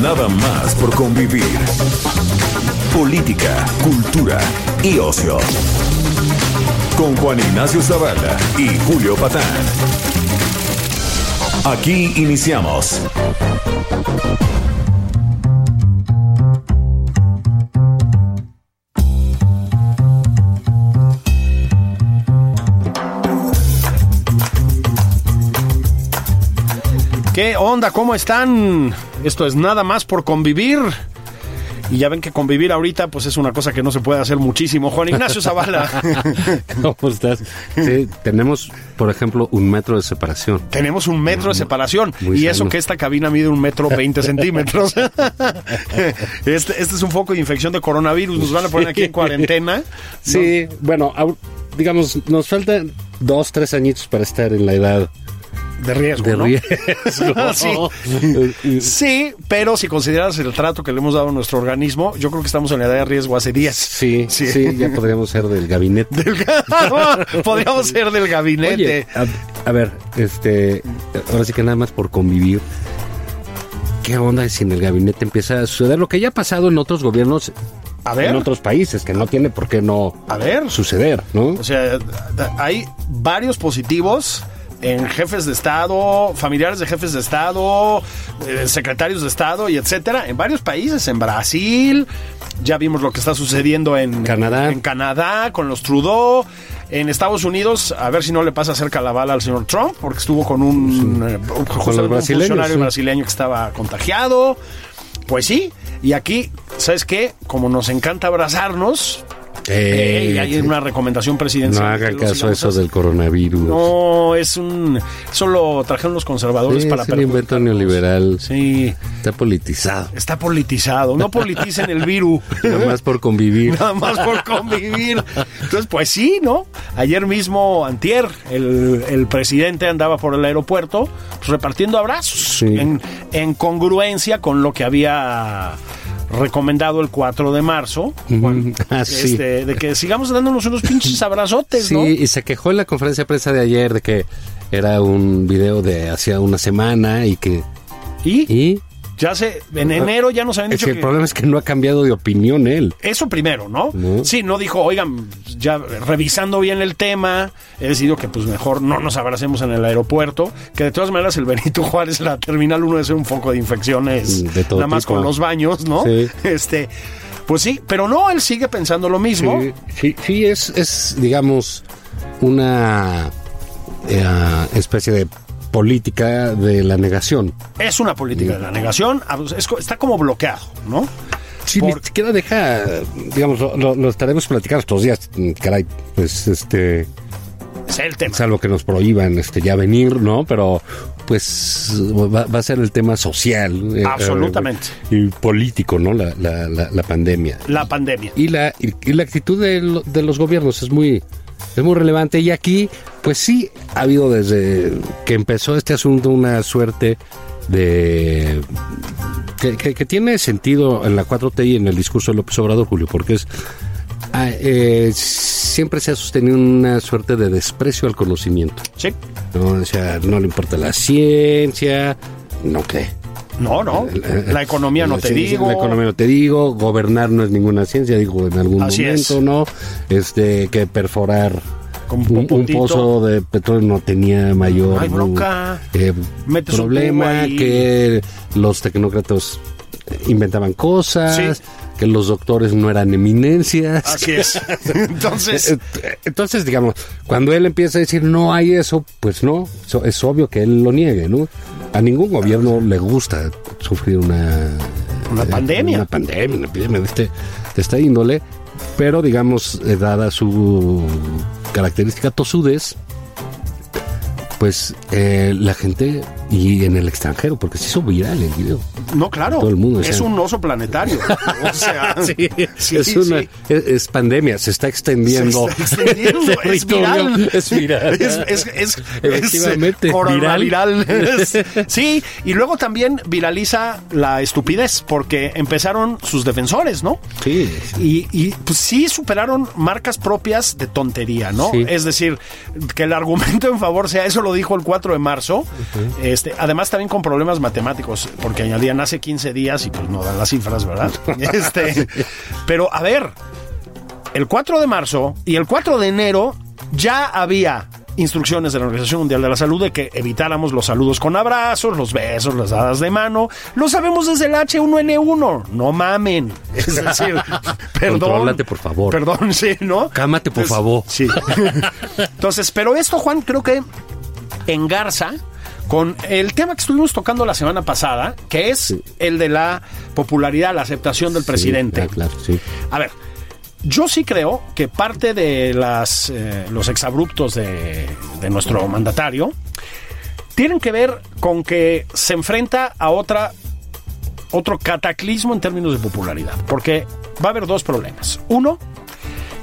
Nada más por convivir. Política, cultura y ocio. Con Juan Ignacio Zavala y Julio Patán. Aquí iniciamos. ¿Qué onda? ¿Cómo están? Esto es nada más por convivir. Y ya ven que convivir ahorita pues es una cosa que no se puede hacer muchísimo. Juan Ignacio Zavala. ¿Cómo estás? Sí, tenemos, por ejemplo, un metro de separación. Tenemos un metro de separación. Muy y eso sano. que esta cabina mide un metro veinte centímetros. este, este es un foco de infección de coronavirus. Nos van a poner aquí en cuarentena. Sí, bueno, au- digamos, nos faltan dos, tres añitos para estar en la edad De riesgo. de ¿no? riesgo. Sí. Sí, pero si consideras el trato que le hemos dado a nuestro organismo, yo creo que estamos en la edad de riesgo hace días. Sí, Sí. sí, ya podríamos ser del gabinete. Podríamos ser del gabinete. Oye, a, a ver, este, ahora sí que nada más por convivir. ¿Qué onda si en el gabinete empieza a suceder lo que ya ha pasado en otros gobiernos, A ver. en otros países, que no tiene por qué no A ver. suceder, ¿no? O sea, hay varios positivos en jefes de Estado, familiares de jefes de Estado, eh, secretarios de Estado y etcétera, en varios países, en Brasil, ya vimos lo que está sucediendo en Canadá. en Canadá con los Trudeau, en Estados Unidos, a ver si no le pasa cerca la bala al señor Trump, porque estuvo con un, eh, justamente un brasileños, funcionario sí. brasileño que estaba contagiado. Pues sí, y aquí, ¿sabes qué? Como nos encanta abrazarnos, eh, y hay una recomendación No presidencial. que haga lo caso a sigamos eso del coronavirus. No, es un. Solo trajeron los conservadores Sí, para es el perjudicar. invento neoliberal. Sí, Está politizado. está politizado. No politicen el virus. Nada más por convivir. Nada más por convivir. Entonces, pues sí, ¿no? Ayer mismo, Antier, el, el presidente andaba por el aeropuerto pues, repartiendo abrazos Sí. en, en congruencia con lo que había recomendado el 4 de marzo. Juan. Ah, sí. Este, de que sigamos dándonos unos pinches abrazotes, Sí, ¿no? y se quejó en la conferencia de prensa de ayer de que era un video de hacía una semana y que... Y Y ya se, en enero ya nos habían es dicho que el que- problema es que no ha cambiado de opinión él. Eso primero, ¿no? No. Sí, no dijo, oigan, ya revisando bien el tema, he decidido que pues mejor no nos abracemos en el aeropuerto, que de todas maneras el Benito Juárez, la terminal 1 es un foco de infecciones, De todo nada más tipo. con los baños, ¿no? Sí. Este, pues sí, pero no, él sigue pensando lo mismo. Sí, sí, sí, es, es, digamos, una eh, especie de política de la negación. Es una política de la negación, abus- es co- está como bloqueado, ¿no? Sí, Por- ni siquiera deja, digamos, lo, lo- lo estaremos platicando estos días, caray, pues este, Es el tema. salvo que nos prohíban este ya venir, ¿no? Pero pues va, va a ser el tema social. eh, Absolutamente. eh, y político, ¿no? La, la- la- la pandemia. La pandemia. Y la, y, y la actitud de, lo- de los gobiernos es muy, es muy relevante. Y aquí, pues sí, ha habido desde que empezó este asunto una suerte de... Que, que- que tiene sentido en la 4T y en el discurso de López Obrador, Julio, porque es... ah, eh, siempre se ha sostenido una suerte de desprecio al conocimiento. Sí. ¿no? O sea, no le importa la ciencia, no qué. No, no. Eh, La economía no La te ciencia, digo. La economía no te digo, gobernar no es ninguna ciencia, digo, en algún Así momento, es. ¿no? Este, que perforar Con un, un popotito. pozo de petróleo no tenía mayor mm, Ay, bronca. eh, Metes un tubo problema, ahí. que los tecnócratas inventaban cosas, Sí. que los doctores no eran eminencias. Así es. Entonces, Eh, Entonces, digamos, cuando él empieza a decir no hay eso, pues no, so- es obvio que él lo niegue, ¿no? A ningún gobierno le gusta sufrir una... Una eh, pandemia. Una pandemia, una epidemia de, este, de esta índole, pero digamos, eh, dada su característica tosudez, pues eh, la gente y en el extranjero, porque se hizo viral el video. No, claro. eh, Todo el mundo, o es sea. un oso planetario. O sea, Ah, sí, es, sí, una, sí. es, es pandemia, se está extendiendo. Se está extendiendo, el es viral. territorio, Es viral. Es, es, es- Efectivamente, es, eh, viral. coronaviral. Es- sí, y luego también viraliza la estupidez, porque empezaron sus defensores, ¿no? Sí, sí. Y, y, pues sí superaron marcas propias de tontería, ¿no? Sí. Es decir, que el argumento en favor sea eso lo dijo el 4 de marzo, este, además también con problemas matemáticos, porque añadían hace 15 días y pues no dan las cifras, ¿verdad? Este, pero a ver, el 4 de marzo y el 4 de enero ya había instrucciones de la Organización Mundial de la Salud de que evitáramos los saludos con abrazos, los besos, las dadas de mano. Lo sabemos desde el H1N1. No mamen. Es decir, perdón. Contrólate, por favor. Perdón, sí, ¿no? Cámate, por Entonces, favor. Sí. Entonces, pero esto, Juan, creo que engarza con el tema que estuvimos tocando la semana pasada, que es el de la popularidad, la aceptación del presidente. ah, claro, sí. A ver, yo sí creo que parte de las, eh, los exabruptos de, de nuestro mandatario tienen que ver con que se enfrenta a otra, otro cataclismo en términos de popularidad. Porque va a haber dos problemas. Uno,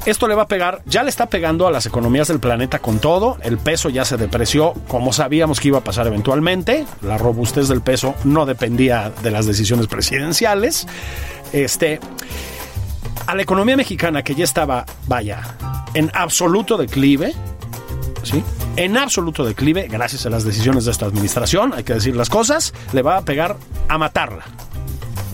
esto le va a pegar, ya le está pegando a las economías del planeta con todo. El peso ya se depreció, como sabíamos que iba a pasar eventualmente. La robustez del peso no dependía de las decisiones presidenciales. Este, a la economía mexicana que ya estaba, vaya, en absoluto declive, ¿sí? En absoluto declive, gracias a las decisiones de esta administración, hay que decir las cosas, le va a pegar a matarla.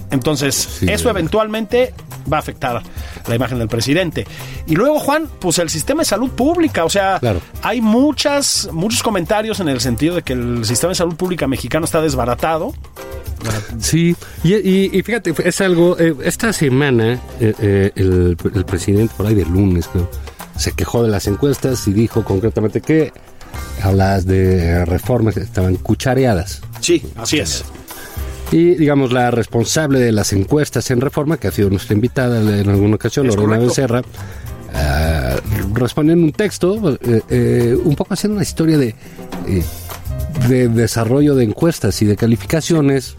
Entonces, eso eventualmente va a afectar la imagen del presidente. Y luego, Juan, pues el sistema de salud pública, o sea, Claro. hay muchas, muchos comentarios en el sentido de que el sistema de salud pública mexicano está desbaratado. Sí, y, y- y fíjate, es algo, eh, esta semana eh, eh, el, el presidente, por ahí del lunes, creo, se quejó de las encuestas y dijo concretamente que a las de reformas estaban cuchareadas. Sí, así es. Y digamos, la responsable de las encuestas en reforma, que ha sido nuestra invitada en alguna ocasión, Es Lorena correcto. Becerra, ah, respondió en un texto, eh, eh, un poco haciendo una historia de, eh, de desarrollo de encuestas y de calificaciones,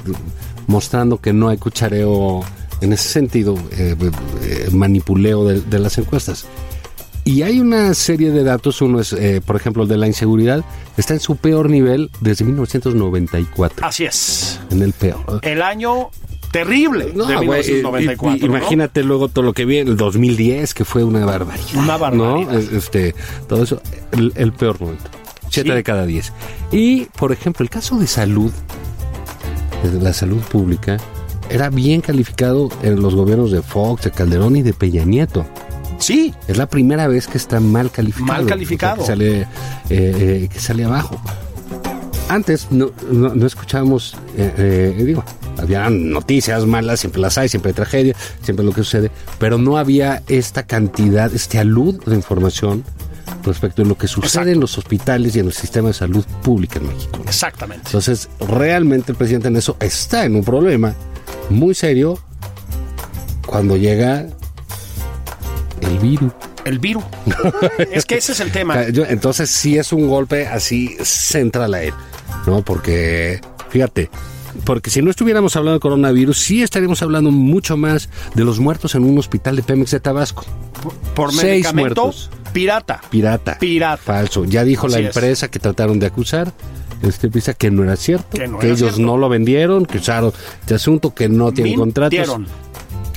mostrando que no hay cuchareo en ese sentido, eh, eh, manipuleo de- de las encuestas. Y hay una serie de datos, uno es, eh, por ejemplo, el de la inseguridad, está en su peor nivel desde 1994, Así es. en el peor. El año terrible No, de güey, 1994. eh, eh, ¿no? Imagínate luego todo lo que viene, el 2010, que fue una barbaridad. Una barbaridad. ¿no? Es- Este, todo eso, el, el peor momento. Siete Sí. de cada diez. Y, por ejemplo, el caso de salud, de la salud pública, era bien calificado en los gobiernos de Fox, de Calderón y de Peña Nieto. Sí, Es la primera vez que está mal calificado. Mal calificado. O sea, que, sale, eh, eh, que sale abajo. Antes no, no, no escuchábamos, eh, eh, digo, había noticias malas, siempre las hay, siempre hay tragedia, siempre lo que sucede, pero no había esta cantidad, este alud de información respecto de lo que sucede Exacto. en los hospitales y en el sistema de salud pública en México. exactamente. Entonces, realmente el presidente en eso está en un problema muy serio cuando llega el virus. El virus. es que ese es el tema. Yo- Entonces sí es un golpe así central a él, ¿no? Porque, fíjate, porque si no estuviéramos hablando de coronavirus, sí estaríamos hablando mucho más de los muertos en un hospital de Pemex de Tabasco. Por Seis medicamento muertos. pirata. Pirata. Pirata. Falso. Ya dijo la Así es. empresa que trataron de acusar. Este empresa que no era cierto, que, Que no era ellos cierto. no lo vendieron, que usaron este asunto, que no tienen contratos. Mintieron. ¿eh?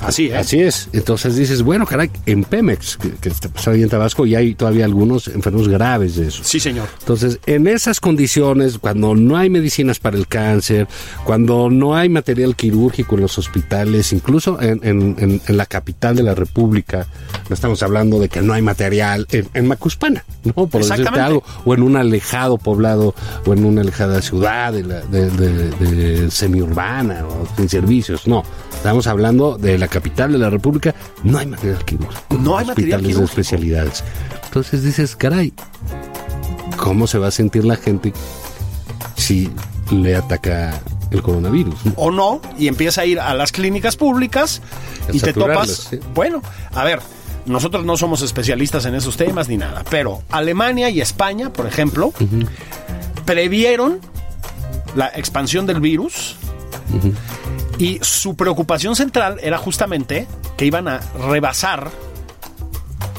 Así es. Así es. Entonces dices, bueno, caray, en Pemex, que, que está pasando ahí en Tabasco, y hay todavía algunos enfermos graves de eso. Sí, señor. Entonces, en esas condiciones, cuando no hay medicinas para el cáncer, cuando no hay material quirúrgico en los hospitales, incluso en, en- en- en la capital de la República, no estamos hablando de que no hay material en, en Macuspana, ¿no? Por decirte Exactamente. algo, o en un alejado poblado, o en una alejada ciudad de, la- de- de- de semiurbana, o sin servicios, no. Estamos hablando de la capital de la República, no hay material quirúrgico. No hay material hospitales de quirúrgico. especialidades. Entonces dices, caray, cómo se va a sentir la gente si le ataca el coronavirus. O no, y empieza a ir a las clínicas públicas A y te saturarlas, topas. sí. Bueno, a ver, nosotros no somos especialistas en esos temas ni nada, pero Alemania y España, por ejemplo, previeron la expansión del virus y su preocupación central era justamente que iban a rebasar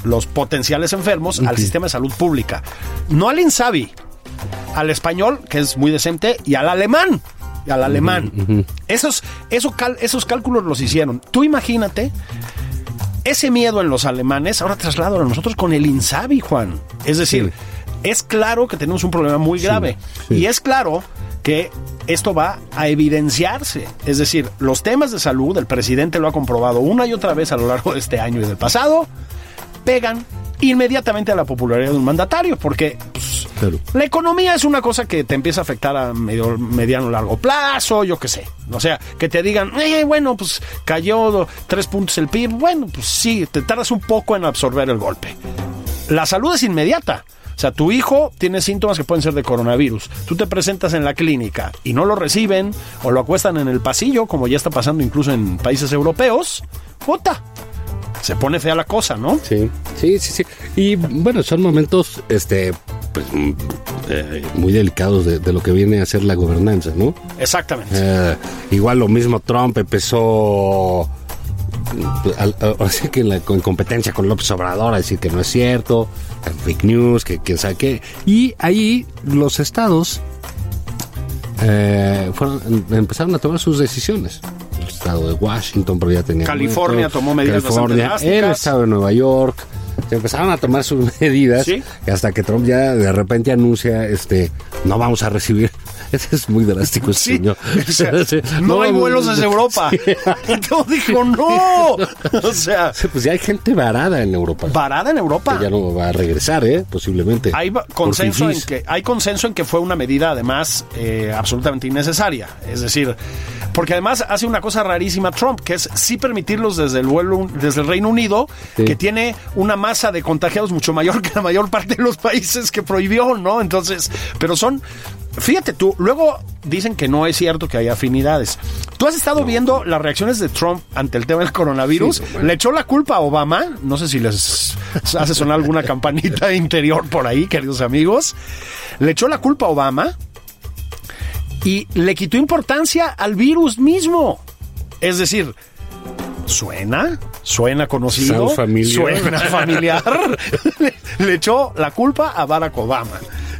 los potenciales enfermos al sistema de salud pública. No al Insabi, al español, que es muy decente, y al alemán. Y al alemán. Esos, esos, cal- esos cálculos los hicieron. Tú imagínate ese miedo en los alemanes, ahora traslado a nosotros con el Insabi, Juan. Es decir, es claro que tenemos un problema muy grave. sí. Y es claro que esto va a evidenciarse. Es decir, los temas de salud, el presidente lo ha comprobado una y otra vez a lo largo de este año y del pasado, pegan inmediatamente a la popularidad de un mandatario, porque pues, Claro. la economía es una cosa que te empieza a afectar a medio, mediano o largo plazo, yo qué sé. O sea, que te digan, "Eh, bueno, pues cayó do- tres puntos el PIB. Bueno, pues sí, te tardas un poco en absorber el golpe. La salud es inmediata. O sea, tu hijo tiene síntomas que pueden ser de coronavirus. Tú te presentas en la clínica y no lo reciben o lo acuestan en el pasillo, como ya está pasando incluso en países europeos. ¡Puta! Se pone fea la cosa, ¿no? Sí, sí, sí, sí. Y bueno, son momentos este, pues, mm, eh, muy delicados de, de lo que viene a ser la gobernanza, ¿no? Exactamente. Eh, igual lo mismo Trump empezó al- al- ahora sí que en, la- en competencia con López Obrador a decir que no es cierto, en fake news, que quién sabe qué. Y ahí los estados eh, fueron- empezaron a tomar sus decisiones. El estado de Washington, pero ya tenía. California tomó medidas California, bastante el drásticas. estado de Nueva York. Se empezaron a tomar sus medidas Sí. hasta que Trump ya de repente anuncia este no vamos a recibir. Ese es muy drástico, Sí, señor. o sea, Sí, no hay vuelos no, desde no, Europa. sí. Entonces dijo, no. O sea, Sí, Pues ya hay gente varada en Europa. parada en Europa. que ya no va a regresar, ¿eh? Posiblemente. Hay ba- Por consenso en fifís. que hay consenso en que fue una medida además eh, absolutamente innecesaria, es decir, porque además hace una cosa rarísima Trump, que es sí permitirlos desde el vuelo desde el Reino Unido, Sí. que tiene una masa de contagiados mucho mayor que la mayor parte de los países que prohibió, ¿no? Entonces, pero son Fíjate tú, luego dicen que no es cierto que hay afinidades. ¿Tú has estado viendo las reacciones de Trump ante el tema del coronavirus? Sí, no, ¿Le echó la culpa a Obama? No sé si les hace sonar alguna campanita interior por ahí, queridos amigos. Le echó la culpa a Obama y le quitó importancia al virus mismo. Es decir, suena, suena conocido, Sound familiar. suena familiar. le, le echó la culpa a Barack Obama.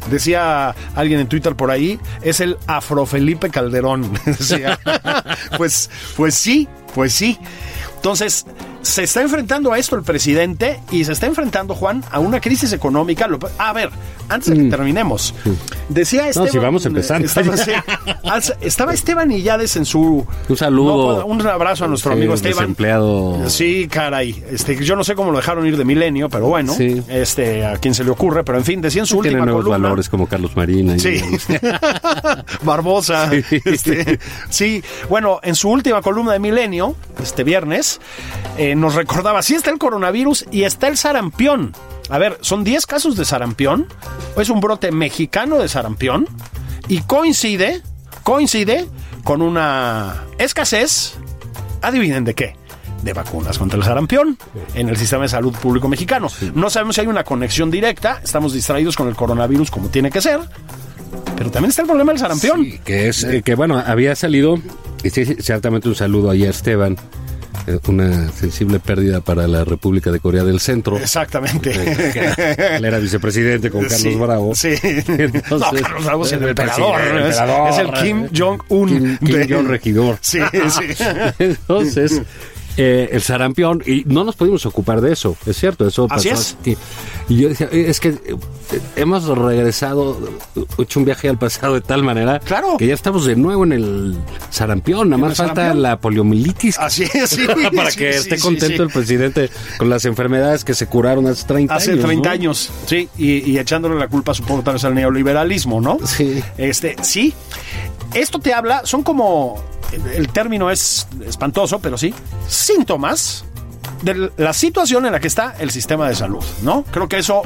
Decía alguien en Twitter por ahí, es el Afro Felipe Calderón. Decía, pues, pues sí, pues sí. Entonces, se está enfrentando a esto el presidente y se está enfrentando, Juan, a una crisis económica. Lo- A ver, antes de que terminemos, decía Mm. No, Esteban... si vamos empezando. Estaba, sí, alza- estaba Esteban Illades en su... Un saludo. No, un abrazo a nuestro Sí, amigo Esteban. desempleado. Sí, caray. Este, yo no sé cómo lo dejaron ir de milenio, pero bueno. Sí. Este, a quién se le ocurre, pero en fin, decía en su Tiene última nuevos columna- valores como Carlos Marina. y- Sí. Barbosa. Sí. Este, sí. Bueno, en su última columna de Milenio, este viernes, eh, nos recordaba, sí está el coronavirus y está el sarampión. A ver, son 10 casos de sarampión. Es un brote mexicano de sarampión. Y coincide, coincide con una escasez. Adivinen de qué. De vacunas contra el sarampión en el sistema de salud público mexicano. No sabemos si hay una conexión directa. Estamos distraídos con el coronavirus como tiene que ser. Pero también está el problema del sarampión. Sí, que es eh, que bueno, había salido y sí, sí, ciertamente un saludo ahí a Esteban, eh, una sensible pérdida para la República de Corea del Centro. Exactamente. Él era vicepresidente con Carlos Sí, Bravo. Sí. no, Entonces, Carlos Bravo es el, el emperador. presidente, el es, emperador. es el Kim Jong-un. Kim- Kim de- Jong regidor. Sí, sí. Entonces, eh, el sarampión, y no nos pudimos ocupar de eso, es cierto, eso Así pasó. es. así. Y yo decía, eh, es que eh, hemos regresado, eh, hecho un viaje al pasado de tal manera Claro. que ya estamos de nuevo en el sarampión, nada ¿En más el falta sarampión? la poliomielitis. Así es. sí, Para sí, que sí, esté sí, contento sí. el presidente con las enfermedades que se curaron hace 30 Hace años. ¿no? 30 años, sí, y, y echándole la culpa, supongo, tal vez al neoliberalismo, ¿no? Sí. Este, sí. Esto te habla, son como, el- el término es espantoso, pero sí, síntomas de la situación en la que está el sistema de salud, ¿no? Creo que eso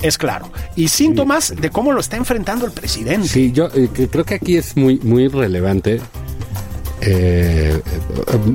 es claro. Y síntomas de cómo lo está enfrentando el presidente. Sí, yo eh, que- creo que aquí es muy, muy relevante. Eh, eh,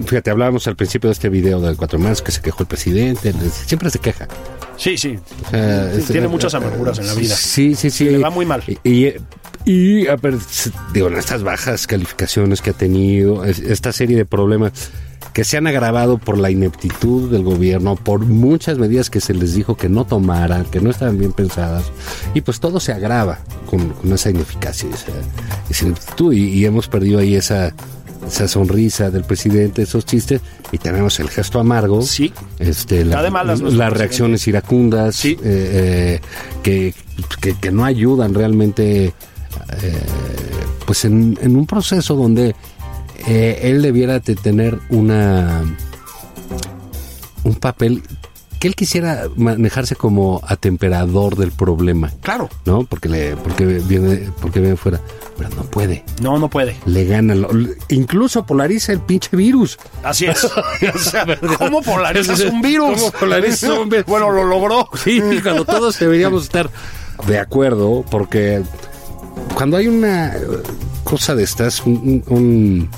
fíjate, hablábamos al principio de este video del Cuatro Más que se quejó el presidente. les- Siempre se queja. Sí, sí. Eh, Sí, es- tiene eh, muchas eh, amarguras en la sí, vida. Sí, sí, sí. le va muy mal. Y, y, eh, Y, a ver, s- digo, en estas bajas calificaciones que ha tenido, es- esta serie de problemas que se han agravado por la ineptitud del gobierno, por muchas medidas que se les dijo que no tomaran, que no estaban bien pensadas, y pues todo se agrava con, con esa ineficacia, esa, esa ineptitud, y, y hemos perdido ahí esa, esa sonrisa del presidente, esos chistes, y tenemos el gesto amargo, Sí. este, Está la- de malas nuestro las presidente. reacciones iracundas, Sí. eh, eh, que, que- que no ayudan realmente eh, pues en, en un proceso donde eh, él debiera de tener una un papel que él quisiera manejarse como atemperador del problema, Claro. ¿no? Porque le porque viene porque viene fuera, pero no puede. No, no puede. Le gana, lo- incluso polariza el pinche virus. Así es. O sea, ¿cómo polarizas un virus? ¿Cómo polarizas un virus? Bueno, lo logró. Sí, cuando todos deberíamos estar de acuerdo, porque cuando hay una eh, cosa de estas, un, un-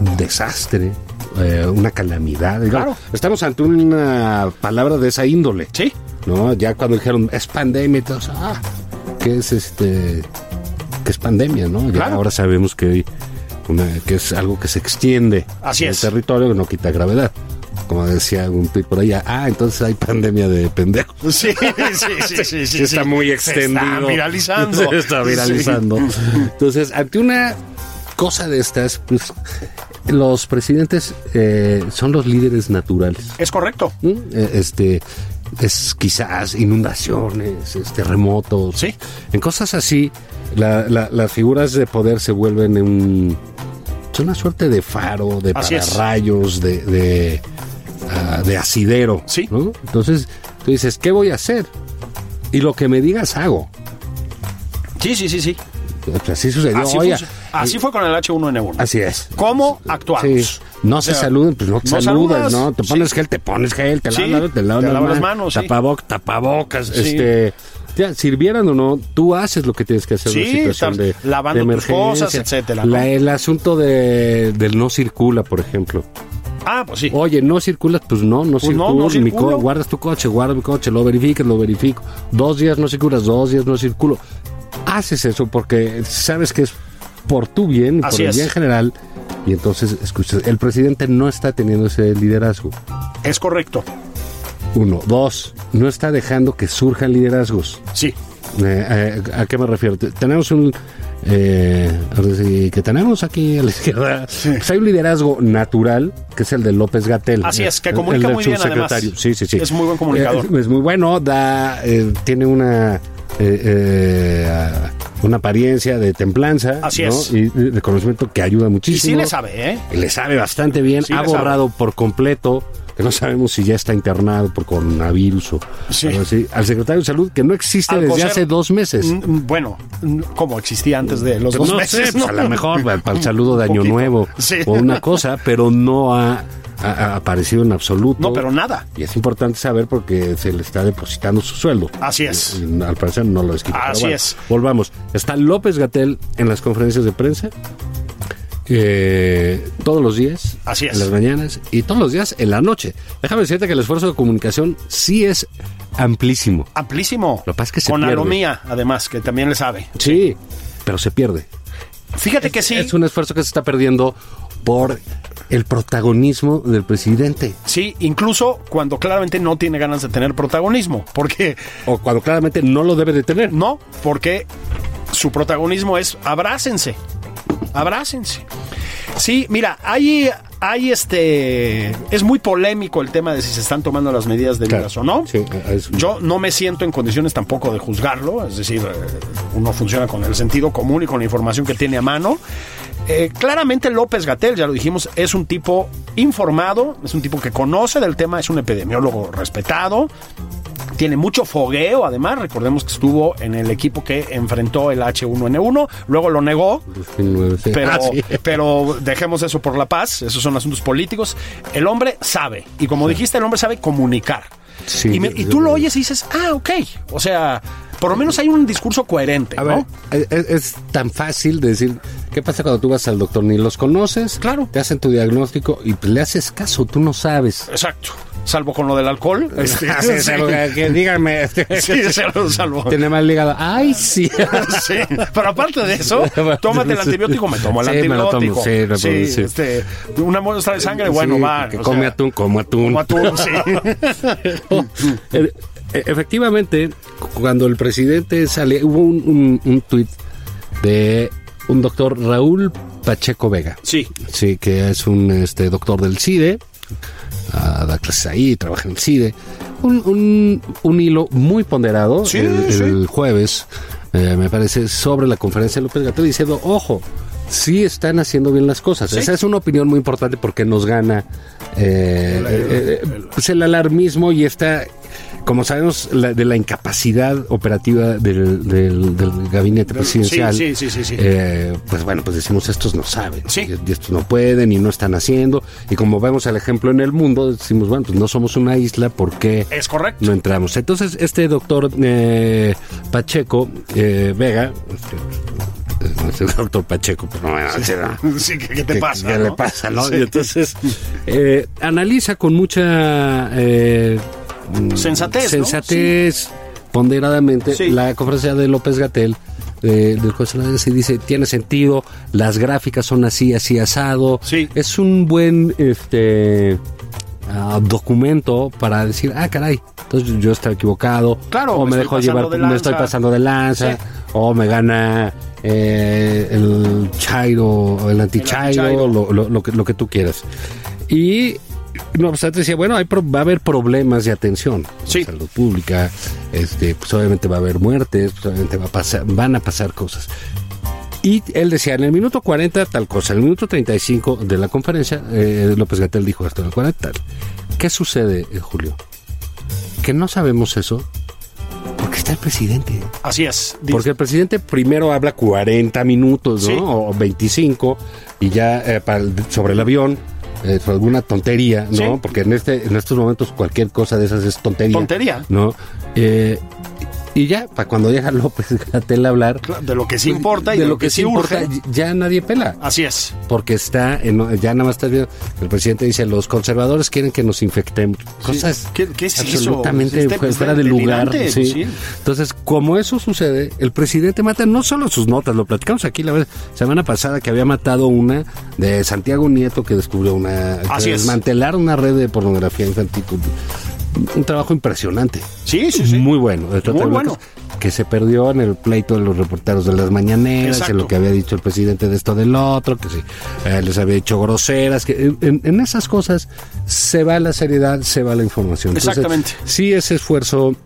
un desastre, eh, una calamidad, digamos, estamos ante una palabra de esa índole. Sí. ¿no? Ya cuando dijeron es pandemia y todos, ah, que es este, que es pandemia, ¿no? Ya Claro. ahora sabemos que, hay una- que es algo que se extiende Así en es. el territorio que no quita gravedad. Como decía un tuit por allá, ah, entonces hay pandemia de pendejos. Sí, sí, sí, sí, sí, está sí. muy Se extendido. Está viralizando. Se está viralizando. Entonces, ante una cosa de estas, pues, los presidentes eh, son los líderes naturales. Sí. Es correcto. ¿no? Eh, este es quizás inundaciones, es terremotos, Sí. en cosas así la- la- las figuras de poder se vuelven un son una suerte de faro, de Así es. pararrayos, de de, ah, de asidero, Sí. ¿no? Entonces tú dices qué voy a hacer y lo que me digas hago. Sí, sí, sí, sí. Así sucedió. Así, Oye, func- así fue con el H1N1. así es. ¿Cómo actuamos? Sí. No se O sea, saluden, pues no te no saludas, saludas. ¿no? Te Sí. pones gel, te pones gel, te Sí, lavas, te lavas, te las lavas las manos, manos, sí. tapaboc- tapabocas, Sí. este... ya, sirvieran o no, tú haces lo que tienes que hacer en Sí, una situación de, estás lavando de tus cosas, emergencia. etcétera, La- ¿no? el asunto de, del no circula, por ejemplo. Ah, pues sí. Oye, ¿no circulas? Pues no, no Pues no, circulo. no mi co- circulo. guardas tu coche, guardo mi coche, lo verificas, lo verifico. Dos días no circulas, dos días no circulo. Haces eso porque sabes que es por tu bien, Así por el es. bien general. Y entonces, escuchas, el presidente no está teniendo ese liderazgo. Es correcto. Uno. Dos, no está dejando que surjan liderazgos. Sí. Eh, eh, ¿A qué me refiero? Te- Tenemos un... eh, ahora sí, que tenemos aquí a la izquierda. Pues hay un liderazgo natural, que es el de López Gatel. Así es, que comunica muy bien, además. Sí, sí, sí. Es muy buen comunicador. Eh, es muy bueno, da, eh, tiene una... eh, eh, una apariencia de templanza Así ¿no? es. y de conocimiento que ayuda Y muchísimo sí le sabe, ¿eh? le sabe bastante bien, Sí, ha le sabe. borrado por completo, que no sabemos si ya está internado por coronavirus o Sí. algo así, al secretario de salud, que no existe Al desde coser- hace dos meses. Mm, mm, Bueno, mm, como existía antes de los dos no meses. sé, pues, ¿no? Mm, a lo mejor para para el saludo de Un Año poquito. Nuevo Sí. o una cosa, pero no ha, ha- ha aparecido en absoluto. No, pero nada. Y es importante saber porque se le está depositando su sueldo. Así es. Y, y, al parecer no lo es. Así es. Volvamos. Está López Gatel en las conferencias de prensa. eh, todos los días, Así es. en las mañanas y todos los días en la noche. Déjame decirte que el esfuerzo de comunicación sí es amplísimo. Amplísimo. Lo que pasa es que se Con pierde. alomía, además, que también le sabe. Sí, pero se pierde. Fíjate que sí. Es un esfuerzo que se está perdiendo por el protagonismo del presidente. Sí, incluso cuando claramente no tiene ganas de tener protagonismo. Porque O cuando claramente no lo debe de tener. No, porque su protagonismo es abrácense. Abrácense. Sí, mira, hay, hay este. Es muy polémico el tema de si se están tomando las medidas debidas Claro. o no. Sí, es- Yo no me siento en condiciones tampoco de juzgarlo, es decir, eh, uno funciona con el sentido común y con la información que tiene a mano. Eh, claramente López Gatel, ya lo dijimos, es un tipo informado, es un tipo que conoce del tema, es un epidemiólogo respetado, tiene mucho fogueo, además, recordemos que estuvo en el equipo que enfrentó el H1N1, luego lo negó, pero, Ah, sí. pero dejemos eso por la paz, esos son asuntos políticos. El hombre sabe, y como dijiste, el hombre sabe comunicar. Sí, y, me- y yo- tú lo yo- oyes y dices, ah, ok, o sea, por lo menos hay un discurso coherente, A ¿no? ver, es, es tan fácil de decir, ¿qué pasa cuando tú vas al doctor? Ni los conoces, Claro. te hacen tu diagnóstico y pues, le haces caso, tú no sabes. Exacto. salvo con lo del alcohol. Este, Sí, sí, que- que díganme. este, sí, se lo salvo. Tiene mal ligado. Ay, sí. Sí, pero aparte de eso, tómate el antibiótico, me tomo el Sí, me lo tomo, antibiótico. sí, lo puedo decir. este, una muestra de sangre, bueno, Sí, va. Que o come sea, atún, como atún. como atún, sí. E- Efectivamente, cuando el presidente sale, hubo un, un, un tuit de un doctor Raúl Pacheco Vega. Sí. Sí, que es un este, doctor del CIDE, ah, da clases ahí, trabaja en el CIDE. Un, un, un hilo muy ponderado Sí, el, sí. el jueves, eh, me parece, sobre la conferencia de López Gatell diciendo, ojo, sí están haciendo bien las cosas. Esa es una opinión muy importante porque nos gana eh, eh, eh, pues el alarmismo y esta... Como sabemos, la- de la incapacidad operativa del, del- del gabinete presidencial, sí, sí, sí, sí. eh, pues bueno, pues decimos estos no saben, Sí. y, y estos no pueden y no están haciendo. Y como vemos el ejemplo en el mundo, decimos, bueno, pues no somos una isla, ¿por qué Es correcto. no entramos? Entonces, este doctor eh, Pacheco eh, Vega, este, eh, el doctor Pacheco, pues no, no, será- Sí, ¿qué, qué te ¿Qué- pasa? qué no? le pasa, no? Sí. Y entonces eh, analiza con mucha eh, mm, Sensatez, ¿no? sensatez, ponderadamente Sí. la conferencia de López Gatel. eh, del juez Hernández y dice tiene sentido las gráficas son así así asado Sí. es un buen este ah, documento para decir ah caray entonces yo estaba equivocado Claro, o me me, estoy dejo pasando llevar de me estoy lanza. pasando de lanza Sí. o me gana eh, el chairo el anti Chairo, lo, lo- lo que, lo que tú quieras. Y no obstante decía, bueno, hay pro- va a haber problemas de atención. Sí. En salud pública, este, pues obviamente va a haber muertes, pues obviamente va a pasar, van a pasar cosas. Y él decía, en el minuto 40 tal cosa, en el minuto 35 de la conferencia, eh, López Gatel dijo esto, en el 40 tal. ¿Qué sucede, eh, Julio? Que no sabemos eso porque está el presidente. Así es. Dice- Porque el presidente primero habla 40 minutos, ¿no? Sí. O 25, y ya eh, para el- sobre el avión, eh, sobre alguna tontería, ¿no? Sí. Porque en, este, en estos momentos cualquier cosa de esas es tontería. Tontería. ¿No? Eh, y ya, para cuando deja López Gatel hablar. De lo que sí importa y de lo que, sí importa, urge. ya nadie pela. Así es. Porque está, en- ya nada más estás viendo, el presidente dice, los conservadores quieren que nos infectemos. Cosas ¿Qué- qué es eso? absolutamente Este- fuera este de lugar. delirante, sí. sí. Entonces, como eso sucede, el presidente mata no solo sus notas, lo platicamos aquí la vez- semana pasada que había matado una de Santiago Nieto que descubrió una... que Así es. Desmantelar una red de pornografía infantil. Un trabajo impresionante. Sí, sí, sí. Muy bueno. de Tata Muy Blanco, bueno. Que se perdió en el pleito de los reporteros de las mañaneras, Exacto. en lo que había dicho el presidente de esto del otro, que sí, eh, les había dicho groseras, que en- en, en esas cosas se va la seriedad, se va la información. Entonces, Exactamente. Sí, ese esfuerzo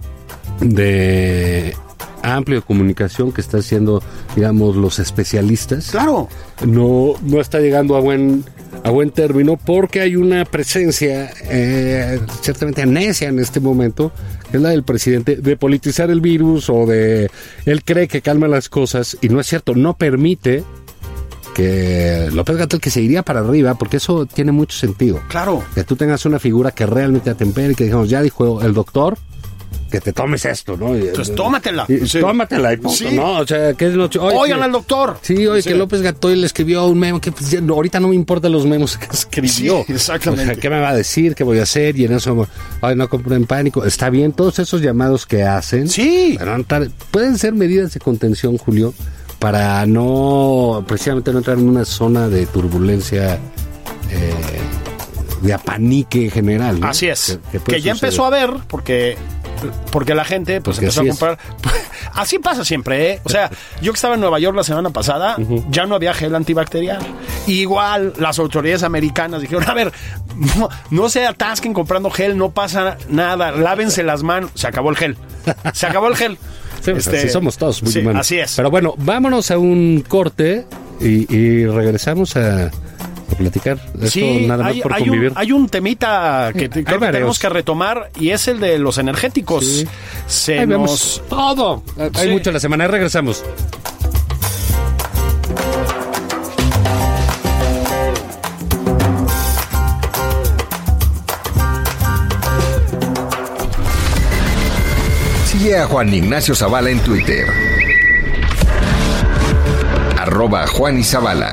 de amplio comunicación que está haciendo, digamos, los especialistas Claro. no, no está llegando a buen, a buen término porque hay una presencia eh, ciertamente necia en este momento, que es la del presidente, de politizar el virus o de él cree que calma las cosas y no es cierto, no permite que López Gatel que se iría para arriba porque eso tiene mucho sentido. Claro. Que tú tengas una figura que realmente atempere y que digamos, ya dijo el doctor, que te tomes esto, ¿no? Pues tómatela. Y- Sí. Tómatela y punto, Sí. ¿no? O sea, que es noche. Oye, Oigan que- al doctor. Sí, oye, Sí. que López Gatoy le escribió un memo que pues, ya no- ahorita no me importan los memos que escribió. Sí, exactamente. O sea, ¿Qué me va a decir? ¿Qué voy a hacer? Y en eso, ay, no compro en pánico. Está bien, todos esos llamados que hacen. Sí. Pero no entrar- pueden ser medidas de contención, Julio, para no, precisamente no entrar en una zona de turbulencia, eh, de apanique general. ¿no? Así es. Que, puede ya suceder. empezó a ver, porque, porque la gente pues Porque empezó así a es. comprar. Así pasa siempre, ¿eh? O sea, yo que estaba en Nueva York la semana pasada, ya no había gel antibacterial. Igual las autoridades americanas dijeron, a ver, no, no se atasquen comprando gel, no pasa nada, lávense las manos. Se acabó el gel. Se acabó el gel. Sí, pues, Este, así somos todos muy sí, humanos. Así es. Pero bueno, vámonos a un corte y, y regresamos a, a platicar. de Esto Sí, nada más hay, por hay convivir. un, hay un temita que te- creo Hay que varios. tenemos que retomar y es el de los energéticos. Sí. Se Ahí nos vemos todo. Hay Sí. mucho la semana. Regresamos. Sigue a Juan Ignacio Zavala en Twitter. Arroba Juan y Zavala.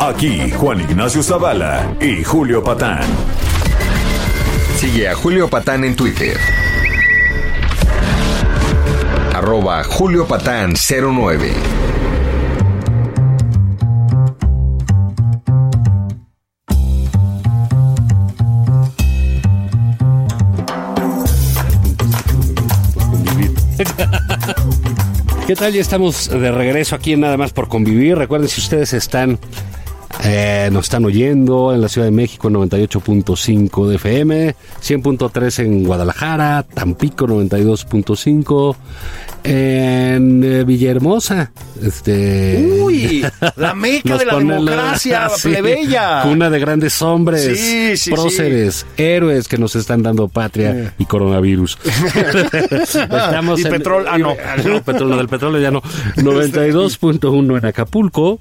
Aquí Juan Ignacio Zavala y Julio Patán. Sigue a Julio Patán en Twitter. Arroba Julio Patán 09. ¿Qué tal? Ya estamos de regreso aquí en Nada más por convivir. Recuerden si ustedes están eh, nos están oyendo en la Ciudad de México 98.5 de FM, 100.3 en Guadalajara, Tampico 92.5 en eh, Villahermosa. Este Uy, la meca nos de la ponen la- democracia, Sí, plebeya. Cuna de grandes hombres, Sí, sí, Eh. próceres, héroes que nos están dando patria y coronavirus. Estamos Y petrol- ah, no. no, petróleo del petróleo ya no. 92.1 en Acapulco,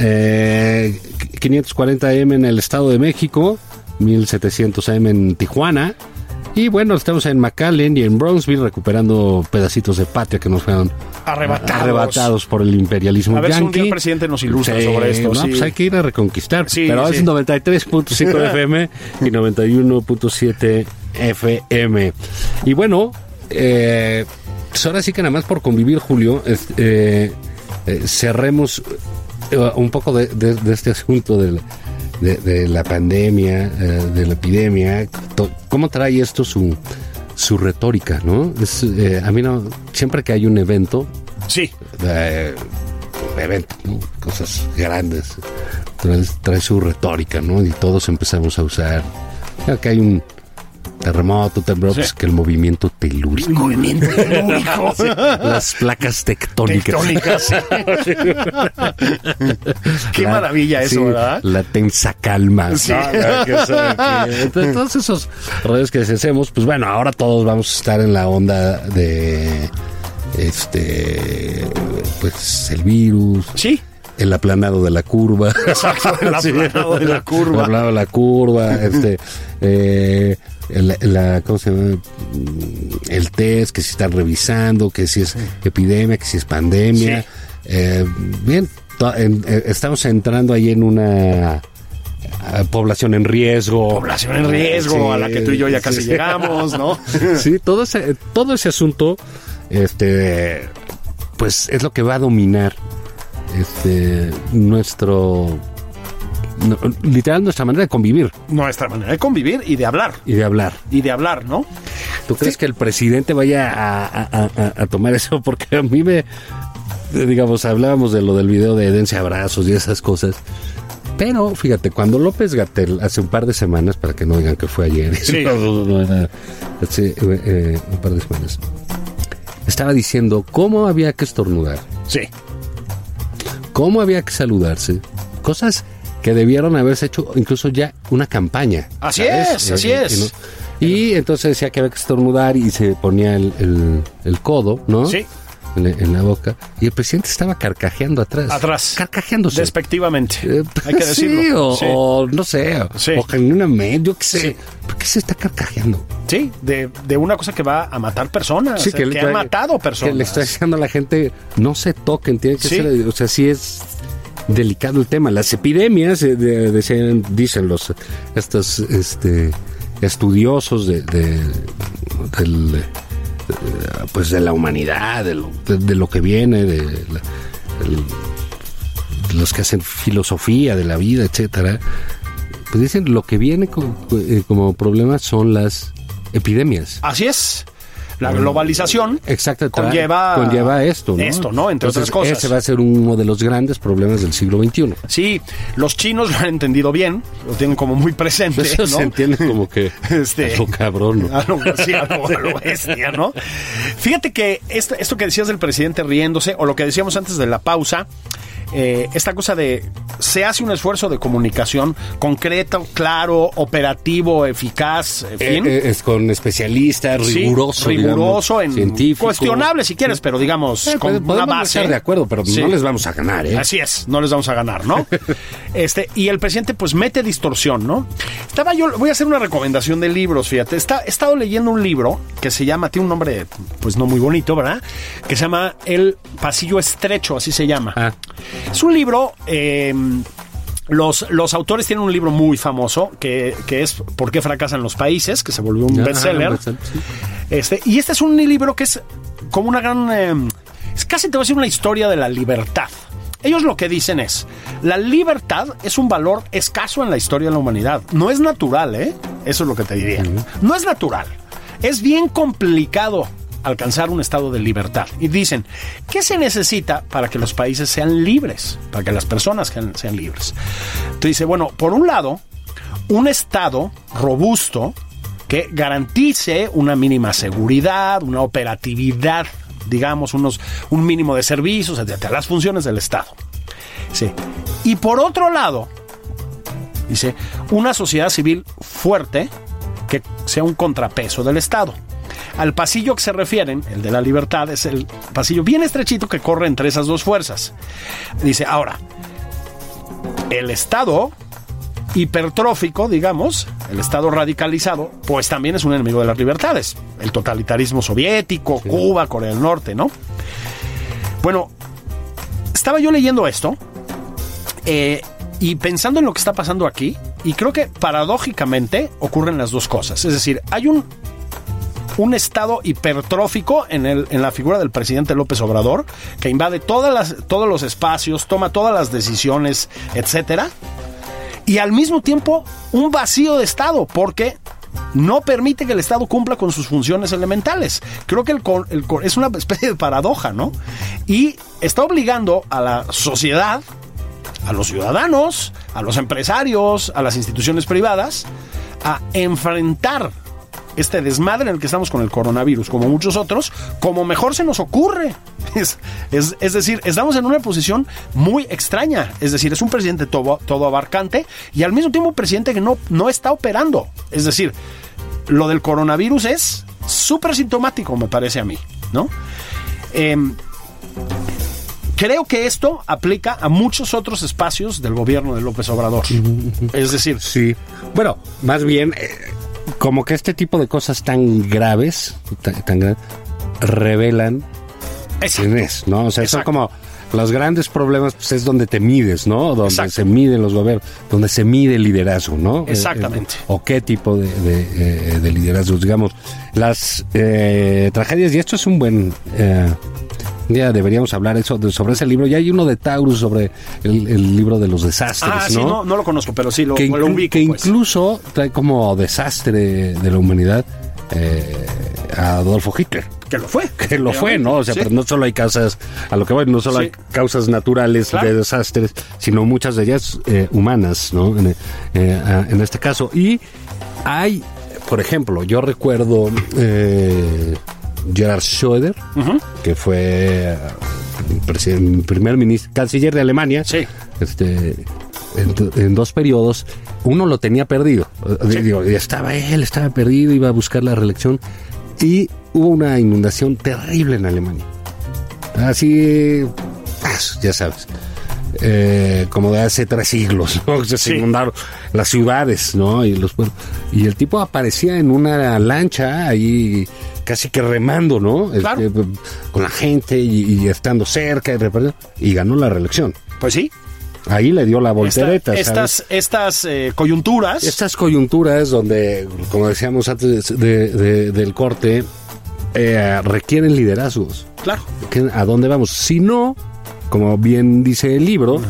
eh, 540 M en el Estado de México, 1700 M en Tijuana. Y bueno, estamos en McAllen y en Brownsville recuperando pedacitos de patria que nos fueron Arrebatados. arrebatados por el imperialismo A ver si un día yanqui. el presidente nos ilustra sobre esto, no, sí. pues hay que ir a reconquistar. Sí, pero sí. es 93.5 de FM y 91.7 FM. Y bueno, eh, pues ahora sí que nada más por convivir, Julio, es- eh, eh, cerremos eh, un poco de, de- de este asunto del- de, de la pandemia, eh, de la epidemia. To- ¿Cómo trae esto su, su retórica? ¿no? Es, eh, a mí no, siempre que hay un evento, Sí, de, de evento, ¿no? cosas grandes. Trae, trae su retórica, ¿no? Y todos empezamos a usar. Claro que hay un terremoto, temblor, pues que el movimiento telúrico. movimiento telúrico. Las placas tectónicas. Tectónicas. Qué La- maravilla eso, sí, ¿verdad? La tensa calma. Sí. ¿no? La que se- que- de Todos esos redes que hacemos, pues bueno, ahora todos vamos a estar en la onda de este pues el virus, Sí. el aplanado de la curva. Exacto, el aplanado de la curva. El aplanado de la curva, este, eh, el, la- ¿cómo se llama? El test, que si están revisando, que si es epidemia, que si es pandemia. Sí. Eh, bien, to- en- eh, estamos entrando ahí en una eh, población en riesgo. Población en riesgo, Sí, a la que tú y yo ya casi sí. llegamos, ¿no? Sí, todo ese, todo ese asunto, este, pues es lo que va a dominar este, nuestro, no, literal, nuestra manera de convivir Nuestra manera de convivir y de hablar. y de hablar. Y de hablar, ¿no? ¿Tú crees que el presidente vaya a, a- a- a- a tomar eso? Porque a mí me, eh, digamos, hablábamos de lo del video de dense abrazos y esas cosas. Pero fíjate, cuando López Gatel hace un par de semanas, para que no digan que fue ayer, Sí. no, no, no, no, hace, eh, eh, un par de semanas, estaba diciendo cómo había que estornudar, Sí. cómo había que saludarse, cosas que debieron haberse hecho incluso ya una campaña. Así es, Eh, así eh, es. ¿no? Y entonces decía que había que estornudar y se ponía el, el- el codo, ¿no? Sí. En, la- en la boca. Y el presidente estaba carcajeando atrás. Atrás. Carcajeándose. Despectivamente. Eh, Hay que sí, decirlo. o, sí. o no sé, o- Sí. o genuinamente, yo qué sé. Sí. ¿Por qué se está carcajeando? Sí, de, de una cosa que va a matar personas. que, le ha trae- matado Que le está personas. diciendo a la gente, no se toquen, tiene que Sí. ser, o sea, sí es delicado el tema. Las epidemias, eh, de- decían- dicen los estos este, estudiosos de, de- del, eh, pues de la humanidad, de lo, de- de lo que viene, de, la- el- los que hacen filosofía de la vida, etcétera. Pues dicen lo que viene co- eh, como problema son las epidemias. Así es. La globalización. Exacto, tra- Conlleva- conlleva esto, ¿no? esto, ¿no? Entre otras cosas. Ese va a ser uno de los grandes problemas del siglo XXI. Sí, los chinos lo han entendido bien, lo tienen como muy presente, Eso ¿no? se entiende como que Este- a lo cabrón, ¿no? A lo, sí, a lo- a lo bestia, ¿no? Fíjate que esto, esto que decías del presidente riéndose, o lo que decíamos antes de la pausa, eh, esta cosa de se hace un esfuerzo de comunicación concreto, claro, operativo, eficaz, en fin. Eh, eh, es con especialistas, Sí, riguroso, riguroso, digamos, en científico. cuestionable si quieres, pero digamos Eh, con pues, una podemos no base. estar de acuerdo, pero Sí. no les vamos a ganar, ¿eh? Así es, no les vamos a ganar, ¿no? este, y el presidente pues mete distorsión, ¿no? Estaba yo, voy a hacer una recomendación de libros, fíjate. Está, he estado leyendo un libro que se llama, tiene un nombre pues no muy bonito, ¿verdad? Que se llama El Pasillo Estrecho, así se llama. Ah, Es un libro. eh, los, los autores tienen un libro muy famoso que, que es ¿Por qué fracasan los países? que se volvió un ya, bestseller. ah, bestseller, sí. Este, y este es un libro que es como una gran. eh, es casi te voy a decir una historia de la libertad. Ellos lo que dicen es: la libertad es un valor escaso en la historia de la humanidad. No es natural, ¿eh? Eso es lo que te diría. No es natural. Es bien complicado alcanzar un estado de libertad. Y dicen, ¿qué se necesita para que los países sean libres? Para que las personas sean, sean libres. Te dice, bueno, por un lado, un Estado robusto que garantice una mínima seguridad, una operatividad, digamos, unos, un mínimo de servicios, etcétera, las funciones del Estado. Sí. Y por otro lado, dice, una sociedad civil fuerte que sea un contrapeso del Estado. Al pasillo que se refieren, el de la libertad, es el pasillo bien estrechito que corre entre esas dos fuerzas. Dice, ahora, el Estado hipertrófico, digamos, el Estado radicalizado, pues también es un enemigo de las libertades. El totalitarismo soviético, Cuba, Corea del Norte, ¿no? Bueno, estaba yo leyendo esto eh, y pensando en lo que está pasando aquí, y creo que paradójicamente ocurren las dos cosas. Es decir, hay un, un estado hipertrófico en, el, en la figura del presidente López Obrador, que invade todas las, todos los espacios, toma todas las decisiones, etcétera y al mismo tiempo un vacío de Estado, porque no permite que el Estado cumpla con sus funciones elementales. Creo que el, co- el co- es una especie de paradoja, ¿no? Y está obligando a la sociedad, a los ciudadanos, a los empresarios, a las instituciones privadas, a enfrentar este desmadre en el que estamos con el coronavirus, como muchos otros, como mejor se nos ocurre. Es, es- es decir, estamos en una posición muy extraña. Es decir, es un presidente todo, todo abarcante y al mismo tiempo un presidente que no, no está operando. Es decir, lo del coronavirus es súper sintomático, me parece a mí, ¿no? Em, Creo que esto aplica a muchos otros espacios del gobierno de López Obrador. Es decir, Sí. Bueno, más bien, eh, como que este tipo de cosas tan graves, tan, tan gra- revelan es- quién es, ¿no? O sea, Exacto. son como los grandes problemas, pues es donde te mides, ¿no? Donde Exacto. se miden los gobiernos, donde se mide el liderazgo, ¿no? Exactamente. Eh, eh, o qué tipo de, de, eh, de liderazgo, digamos. Las eh, tragedias, y esto es un buen... eh, ya deberíamos hablar eso de- sobre ese libro. Ya hay uno de Taurus sobre el, el libro de los desastres, ah, ¿no? sí, no, no lo conozco, pero sí lo, que, lo inclu- ubico. que pues. incluso trae como desastre de la humanidad eh, a Adolfo Hitler. que lo fue. Que lo fue, ¿no? O sea, Sí. pero no solo hay causas, a lo que voy, no solo Sí. hay causas naturales Claro. de desastres, sino muchas de ellas eh, humanas, ¿no? En, eh, eh, ah, en este caso. Y hay, por ejemplo, yo recuerdo eh, Gerhard Schröder, que fue eh, presiden- primer ministro, canciller de Alemania, Sí. este, en, do- en dos periodos, uno lo tenía perdido. Eh, digo, estaba él, estaba perdido, iba a buscar la reelección. Y hubo una inundación terrible en Alemania. Así, ¡paz! ya sabes. eh, como de hace tres siglos, ¿no? Se Sí. inundaron las ciudades, ¿no? Y los pueblos. Y el tipo aparecía en una lancha ahí casi que remando, ¿no? Claro. Este, con la gente y, y estando cerca y, repartiendo, y ganó la reelección. Pues sí. Ahí le dio la Esta- voltereta. ¿sabes? estas estas eh, coyunturas. Estas coyunturas donde, como decíamos antes de- de- del corte, eh, requieren liderazgos. claro. ¿Qué- ¿A dónde vamos? Si no, como bien dice el libro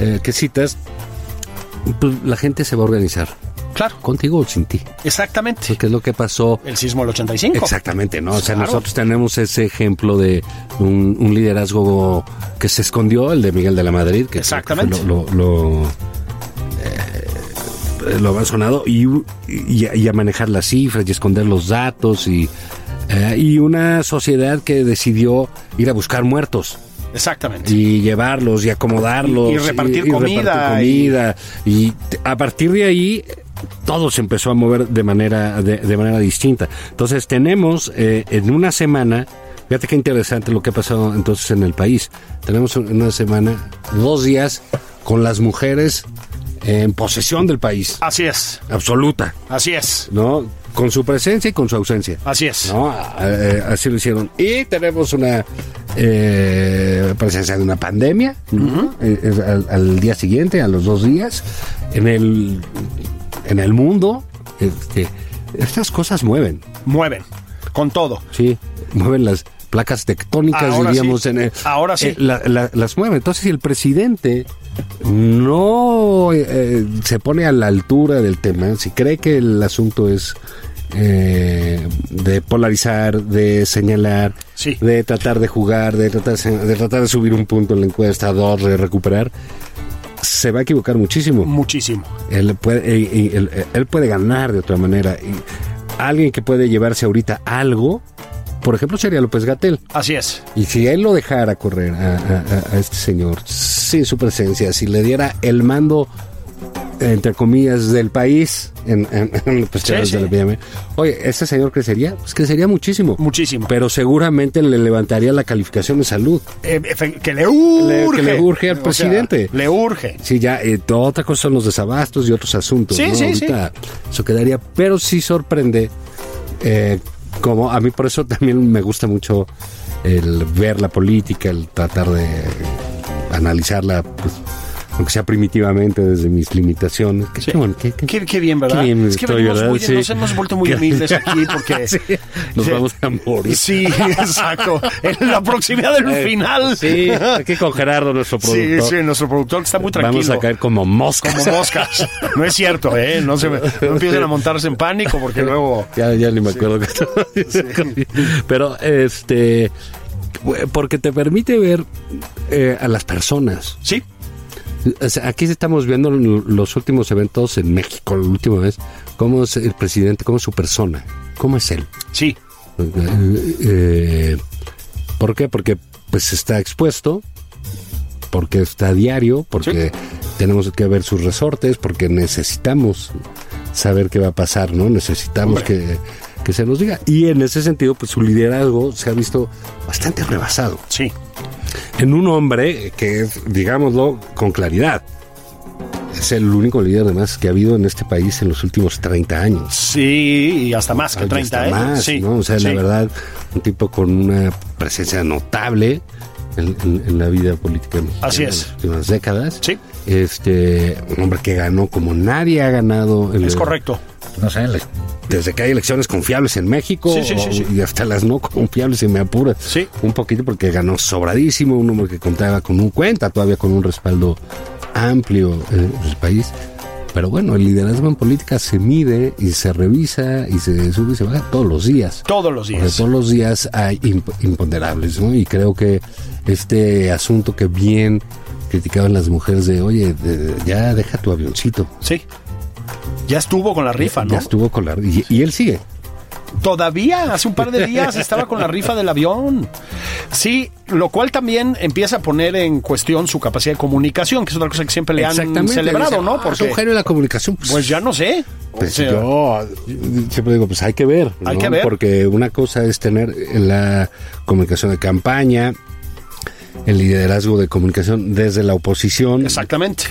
eh, que citas, pues, la gente se va a organizar, Claro. contigo o sin ti, Exactamente. que es lo que pasó El sismo del 85. Exactamente, ¿no? O sea, Claro. nosotros tenemos ese ejemplo de un, un liderazgo que se escondió, el de Miguel de la Madrid, que creo que fue Exactamente. lo, lo, lo, eh, lo más sonado, y, y a- y a manejar las cifras y esconder los datos, y, eh, y una sociedad que decidió ir a buscar muertos. Exactamente. y llevarlos y acomodarlos Y- y repartir comida, comida. y t- a partir de ahí todo se empezó a mover de manera de, de manera distinta entonces tenemos eh, en una semana fíjate qué interesante lo que ha pasado entonces en el país tenemos en una semana dos días con las mujeres en posesión del país Así es, absoluta así es, no con su presencia y con su ausencia así es. no, eh, así lo hicieron. Y tenemos una eh, presencia de una pandemia ¿no? Eh, eh, al, al día siguiente, a los dos días, en el, en el mundo. este, estas cosas mueven, Mueven, con todo. sí, mueven las placas tectónicas, Ahora diríamos. sí. En el- Ahora sí. eh, la- la- las mueve. Entonces, si el presidente no eh, se pone a la altura del tema, si cree que el asunto es eh, de polarizar, de señalar, Sí. de tratar de jugar, de tratar, de tratar de subir un punto en la encuesta, dos, de recuperar, se va a equivocar muchísimo Muchísimo. él puede, eh, eh, él, eh, él puede ganar de otra manera. Y alguien que puede llevarse ahorita algo, por ejemplo, sería López Gatel. Así es. Y si él lo dejara correr a, a- a- a este señor sin su presencia, si le diera el mando, entre comillas, del país, en, en- en las cuestiones Sí, sí. de la PMI, oye, ¿ese señor crecería? Pues crecería muchísimo. Muchísimo. Pero seguramente le levantaría la calificación de salud. Eh, efe- que le urge. que le urge al O sea, presidente. le urge. Sí, ya, eh, to- otra cosa son los desabastos y otros asuntos. Sí, ¿no? sí, Ahorita Eso quedaría, pero sí sorprende. eh, como a mí por eso también me gusta mucho el ver la política, el tratar de analizarla, pues, aunque sea primitivamente desde mis limitaciones. Qué, Sí. qué bueno, qué- qué- Qué, qué bien, ¿verdad? Qué bien es que estoy, venimos ¿verdad? muy- Sí. nos hemos vuelto muy Qué- humildes aquí porque... Sí. Nos Sí. vamos a morir. Sí, exacto. En la proximidad del Eh, final. Sí, aquí con Gerardo, nuestro Sí, productor. sí, nuestro productor que está muy tranquilo. Vamos a caer como moscas. como moscas. No es cierto, ¿eh? No, se, me- no empiecen a montarse en pánico porque luego... Ya, ya ni me acuerdo. qué estaba diciendo. Pero, este, porque te permite ver eh, a las personas. Sí, O sea, aquí estamos viendo l- los últimos eventos en México, la última vez, cómo es el presidente, cómo es su persona, cómo es él. sí, Eh, eh, ¿Por qué? Porque pues está expuesto, porque está a diario, porque tenemos que ver sus resortes, porque necesitamos saber qué va a pasar, ¿no? Necesitamos que, que se nos diga. Y en ese sentido, pues su liderazgo se ha visto bastante rebasado sí. en un hombre que es, digámoslo con claridad, es el único líder además que ha habido en este país en los últimos 30 años. Sí, y hasta más que Ay, 30, ya ¿eh? está más, sí, ¿no? O sea, sí. la verdad, un tipo con una presencia notable en, en- en la vida política mexicana Así en es. las últimas décadas. Sí. Este, un hombre que ganó como nadie ha ganado. en Es la- correcto. no sé, le- desde que hay elecciones confiables en México Sí, sí, sí, o- sí. y hasta las no confiables, si me apuras. Sí. Un poquito porque ganó sobradísimo, un hombre que contaba con un cuenta, todavía con un respaldo amplio eh, en el país. Pero bueno, el liderazgo en política se mide y se revisa y se sube y se baja todos los días. Todos los Porque días. todos los días hay imp- imponderables, ¿no? Y creo que este asunto que bien criticaban las mujeres de, oye, de- ya deja tu avioncito. Sí. Ya estuvo con la rifa, ¿no? Ya estuvo con la... y- y él sigue. Todavía, hace un par de días estaba con la rifa del avión. Sí, lo cual también empieza a poner en cuestión su capacidad de comunicación, que es otra cosa que siempre le han celebrado, Dice, ¿no? "Ah, es un Porque, genio de la comunicación. Pues, pues ya no sé. O pues, sea, yo siempre digo, pues hay que ver. Hay ¿no? que ver. Porque una cosa es tener la comunicación de campaña, el liderazgo de comunicación desde la oposición. Exactamente.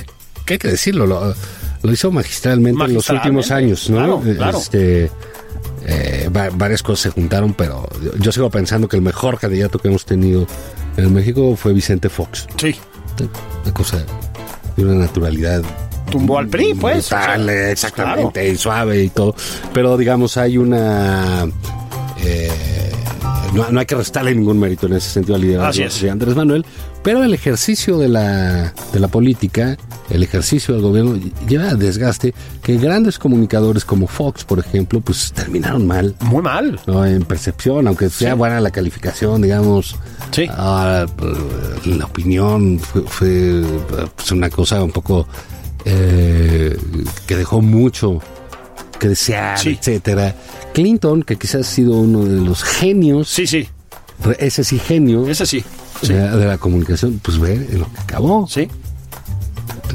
Que hay que decirlo, lo, lo hizo magistralmente, en los últimos años, ¿no? Magistralmente, claro, claro. Este, eh, va- varias cosas se juntaron, pero yo, yo sigo pensando que el mejor candidato que hemos tenido en México fue Vicente Fox. Sí. Una cosa de una naturalidad Tumbó al PRI, pues. o sea, brutal, eh, exactamente, y suave y todo. Pero digamos, hay una. eh, no, no hay que restarle ningún mérito en ese sentido al Así liderazgo es. de Andrés Manuel. Pero el ejercicio de la, de la política, el ejercicio del gobierno, lleva a desgaste que grandes comunicadores como Fox, por ejemplo, pues terminaron mal. claro. Muy mal. ¿no? en percepción, aunque sea buena la calificación, digamos, Sí. ah, la opinión fue, fue, pues, una cosa un poco eh, que dejó mucho que desear, Sí. etcétera. Clinton, que quizás ha sido uno de los genios, Sí, sí. ese sí genio, Ese sí. de, de la comunicación, pues ver en lo que acabó. Sí,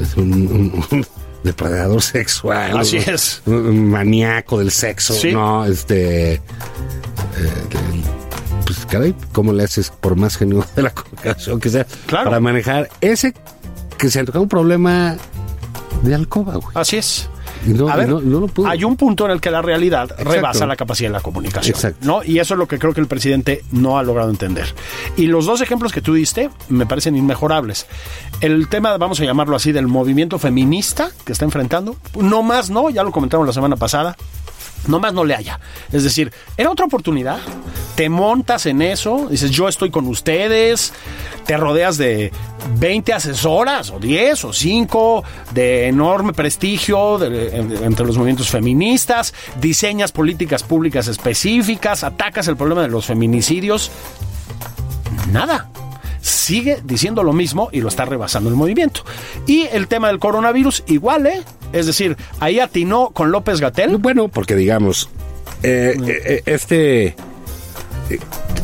Es un, un- un depredador sexual. Así un- es. Un, un maníaco del sexo. Sí. No, este. eh, de- pues caray, ¿cómo le haces por más genio de la comunicación que sea? Claro. Para manejar ese que se le tocó un problema de alcoba, güey. así es. Y no, A y ver, no- no lo pudo. hay un punto en el que la realidad rebasa la capacidad de la comunicación. Exacto. ¿no? Y eso es lo que creo que el presidente no ha logrado entender. Y los dos ejemplos que tú diste me parecen inmejorables. El tema, vamos a llamarlo así, del movimiento feminista que está enfrentando, no más no, ya lo comentaron la semana pasada, nomás no le haya. Es decir, era otra oportunidad. Te montas en eso, dices yo estoy con ustedes, te rodeas de 20 asesoras o 10 o 5 de enorme prestigio de- en- entre los movimientos feministas, diseñas políticas públicas específicas, atacas el problema de los feminicidios. Nada. Sigue diciendo lo mismo y lo está rebasando el movimiento. Y el tema del coronavirus, igual, ¿eh? Es decir, ahí atinó con López Gatel. Bueno, porque digamos, eh, eh, eh, este... eh,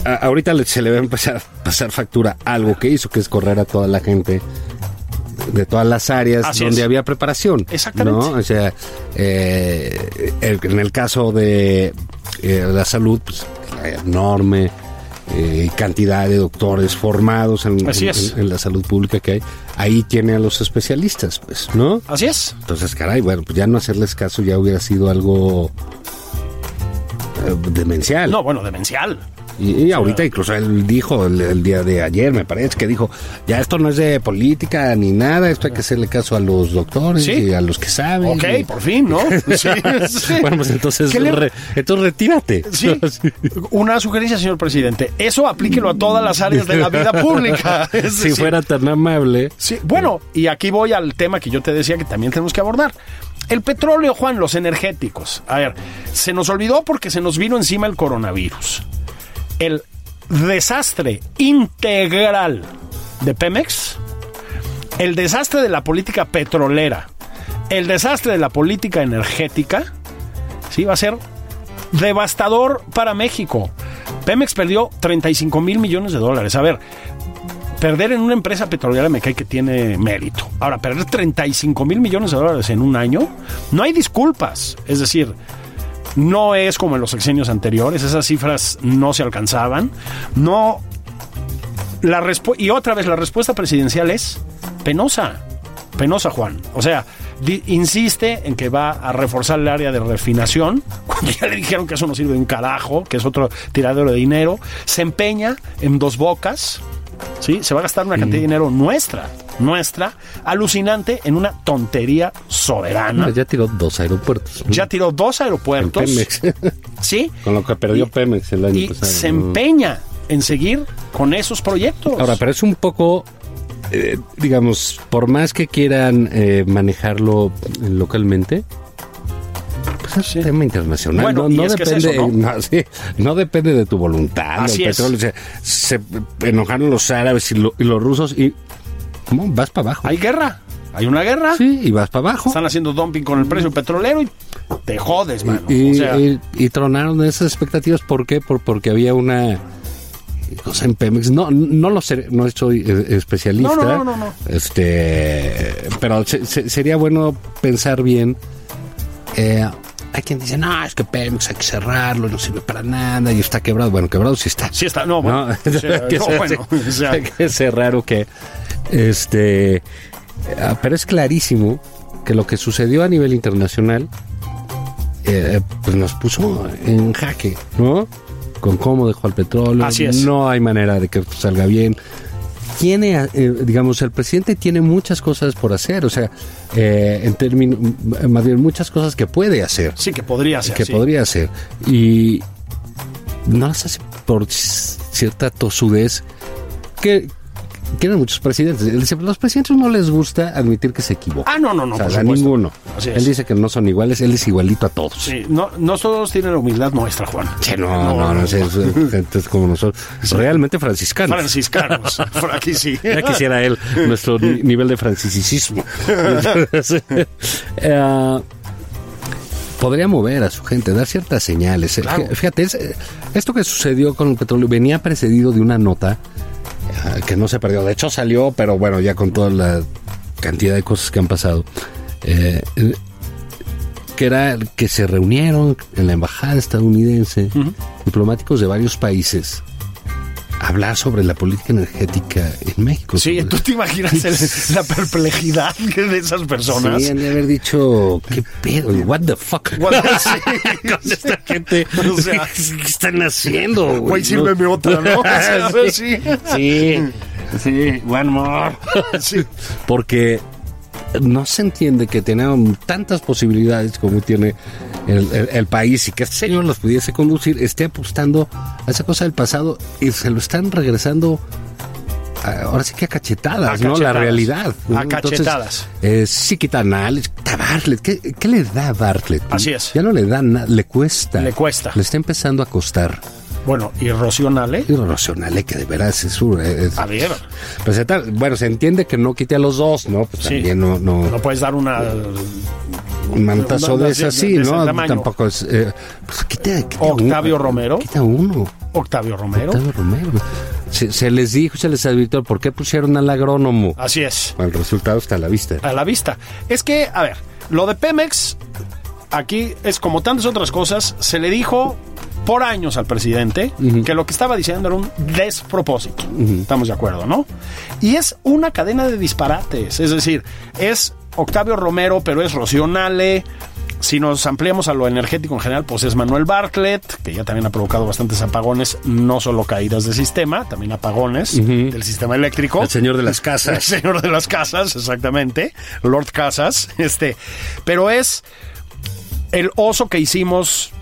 a- ahorita le- se le va a empezar a pasar factura algo que hizo, que es correr a toda la gente de todas las áreas Así donde es. había preparación. Exactamente. ¿no? O sea, eh, el- en el caso de eh, la salud, pues, la enorme eh, cantidad de doctores formados en, Así en- es. en- en la salud pública que hay. Ahí tiene a los especialistas, pues, ¿no? Así es. Entonces, caray, bueno, pues ya no hacerles caso ya hubiera sido algo eh, demencial. No, bueno, demencial. Y, y ahorita incluso él dijo el, el día de ayer, me parece, que dijo, ya esto no es de política ni nada, esto hay que hacerle caso a los doctores Sí. y a los que saben. Ok, Y- por fin, ¿no? Sí, sí. Bueno, pues entonces, ¿Qué le- re- entonces retírate. Sí. Una sugerencia, señor presidente. Eso aplíquelo a todas las áreas de la vida pública. Es si decir, fuera tan amable. Sí, bueno, y aquí voy al tema que yo te decía que también tenemos que abordar. El petróleo, Juan, los energéticos. A ver, se nos olvidó porque se nos vino encima el coronavirus. El desastre integral de Pemex, el desastre de la política petrolera, el desastre de la política energética, sí, va a ser devastador para México. Pemex perdió 35 mil millones de dólares. A ver, Perder en una empresa petrolera me cae que tiene mérito. Ahora, perder 35 mil millones de dólares en un año, no hay disculpas. Es decir, no es como en los sexenios anteriores, esas cifras no se alcanzaban. No. La respu- y otra vez, la respuesta presidencial es penosa. Penosa, Juan. O sea, di- insiste en que va a reforzar el área de refinación, cuando ya le dijeron que eso no sirve de un carajo, que es otro tiradero de dinero. Se empeña en dos bocas, ¿sí? Se va a gastar Mm. una cantidad de dinero nuestra, nuestra, alucinante, en una tontería soberana. Ya tiró dos aeropuertos. Ah. Ya tiró dos aeropuertos. Pemex. Sí. Con lo que perdió Y- Pemex el año Y pasado. se pues, ah, ¿no? empeña en seguir con esos proyectos. Ahora, pero es un poco, eh, digamos, por más que quieran eh, manejarlo localmente, pues es Sí. un tema internacional. Bueno, no, y no es que es depende, eso, ¿no? sí, no depende de tu voluntad. Así el es. petróleo, o sea, se enojaron los árabes y, lo- y los rusos y ¿cómo? vas para abajo. Hay guerra. Hay una guerra. Sí, y vas para abajo. Están haciendo dumping con el precio petrolero y te jodes, mano. Y, o sea, y- y tronaron esas expectativas. ¿Por qué? Por, porque había una cosa en Pemex. No, no lo sé, no soy eh, especialista. No, no, no, no, no. Este, pero se- se- sería bueno pensar bien. Eh, hay quien dice, no, es que Pemex hay que cerrarlo, no sirve para nada y está quebrado. Bueno, quebrado sí está. sí está. No, bueno. No, o sea, que no, sea- bueno, o sea, que sea raro que este ah, pero es clarísimo que lo que sucedió a nivel internacional eh, pues nos puso en jaque, ¿no? Con cómo dejó el petróleo, Así es. no hay manera de que esto salga bien. Tiene, eh, digamos, el presidente tiene muchas cosas por hacer, o sea, eh, en términos, más bien muchas cosas que puede hacer sí que podría ser. que sí. podría ser. Y no las hace por c- cierta tosudez que tienen muchos presidentes. Él dice, los presidentes no les gusta admitir que se equivocan. Ah, no, no, no, O sea, por a supuesto. ninguno. Así es. Él dice que no son iguales, él es igualito a todos. Sí, no, no todos tienen la humildad nuestra, Juan. Sí, no, no, no, sé, es gente como nosotros. Realmente franciscanos. Franciscanos. por aquí sí. Ya quisiera él nuestro ni- nivel de francisicismo. Entonces, eh, podría mover a su gente, dar ciertas señales. Eh, Claro. Fíjate, es- eh, esto que sucedió con el petróleo venía precedido de una nota ah, que no se perdió. De hecho salió, pero bueno, ya con toda la cantidad de cosas que han pasado. Eh, eh, que era que se reunieron en la embajada estadounidense diplomáticos de varios países a hablar sobre la política energética en México. Sí, Sobre- tú te imaginas el- la perplejidad de esas personas. Sí, han de haber dicho, qué pedo, what the fuck. What- Con esta gente, O sea, ¿qué están haciendo? güey? Güey, sírveme No. otra, ¿no? O sea, a ver, sí. Sí, sí, one more. Sí. Porque no se entiende que tenían tantas posibilidades como tiene el, el- el país y que este señor los pudiese conducir, esté apostando a esa cosa del pasado y se lo están regresando. a- Ahora sí que a cachetadas, A ¿no? La cachetadas. realidad. ¿no? A cachetadas. eh, sí quitan a Alex, quita a Bartlett. ¿Qué, qué le da a Bartlett? Así es. Ya no le da nada, le cuesta. Le cuesta. Le está empezando a costar. Bueno, y Rocío Nale, Irracional, eh, que de veras es un... eh, es- a ver, pues, se tar- bueno, se entiende que no quite a los dos, ¿no? Pues Sí. también no, no, no puedes dar una... un mantazo no, de de- ese de- así, de ese ¿no? tamaño. Tampoco es. eh, pues quita, quita Octavio Romero. Quita uno. Octavio Romero. Octavio Romero. Se, se les dijo, se les advirtió, ¿por qué pusieron al agrónomo? Así es. El resultado está a la vista. a la vista. Es que, a ver, lo de Pemex, aquí es como tantas otras cosas, se le dijo por años al presidente que lo que estaba diciendo era un despropósito. Estamos de acuerdo, ¿no? Y es una cadena de disparates. Es decir, es Octavio Romero, pero es Rocío Nale. Si nos ampliamos a lo energético en general, pues es Manuel Bartlett, que ya también ha provocado bastantes apagones, no solo caídas de sistema, también apagones del sistema eléctrico. El señor de las El casas. señor de las casas, exactamente. Lord Casas. Este. Pero es el oso que hicimos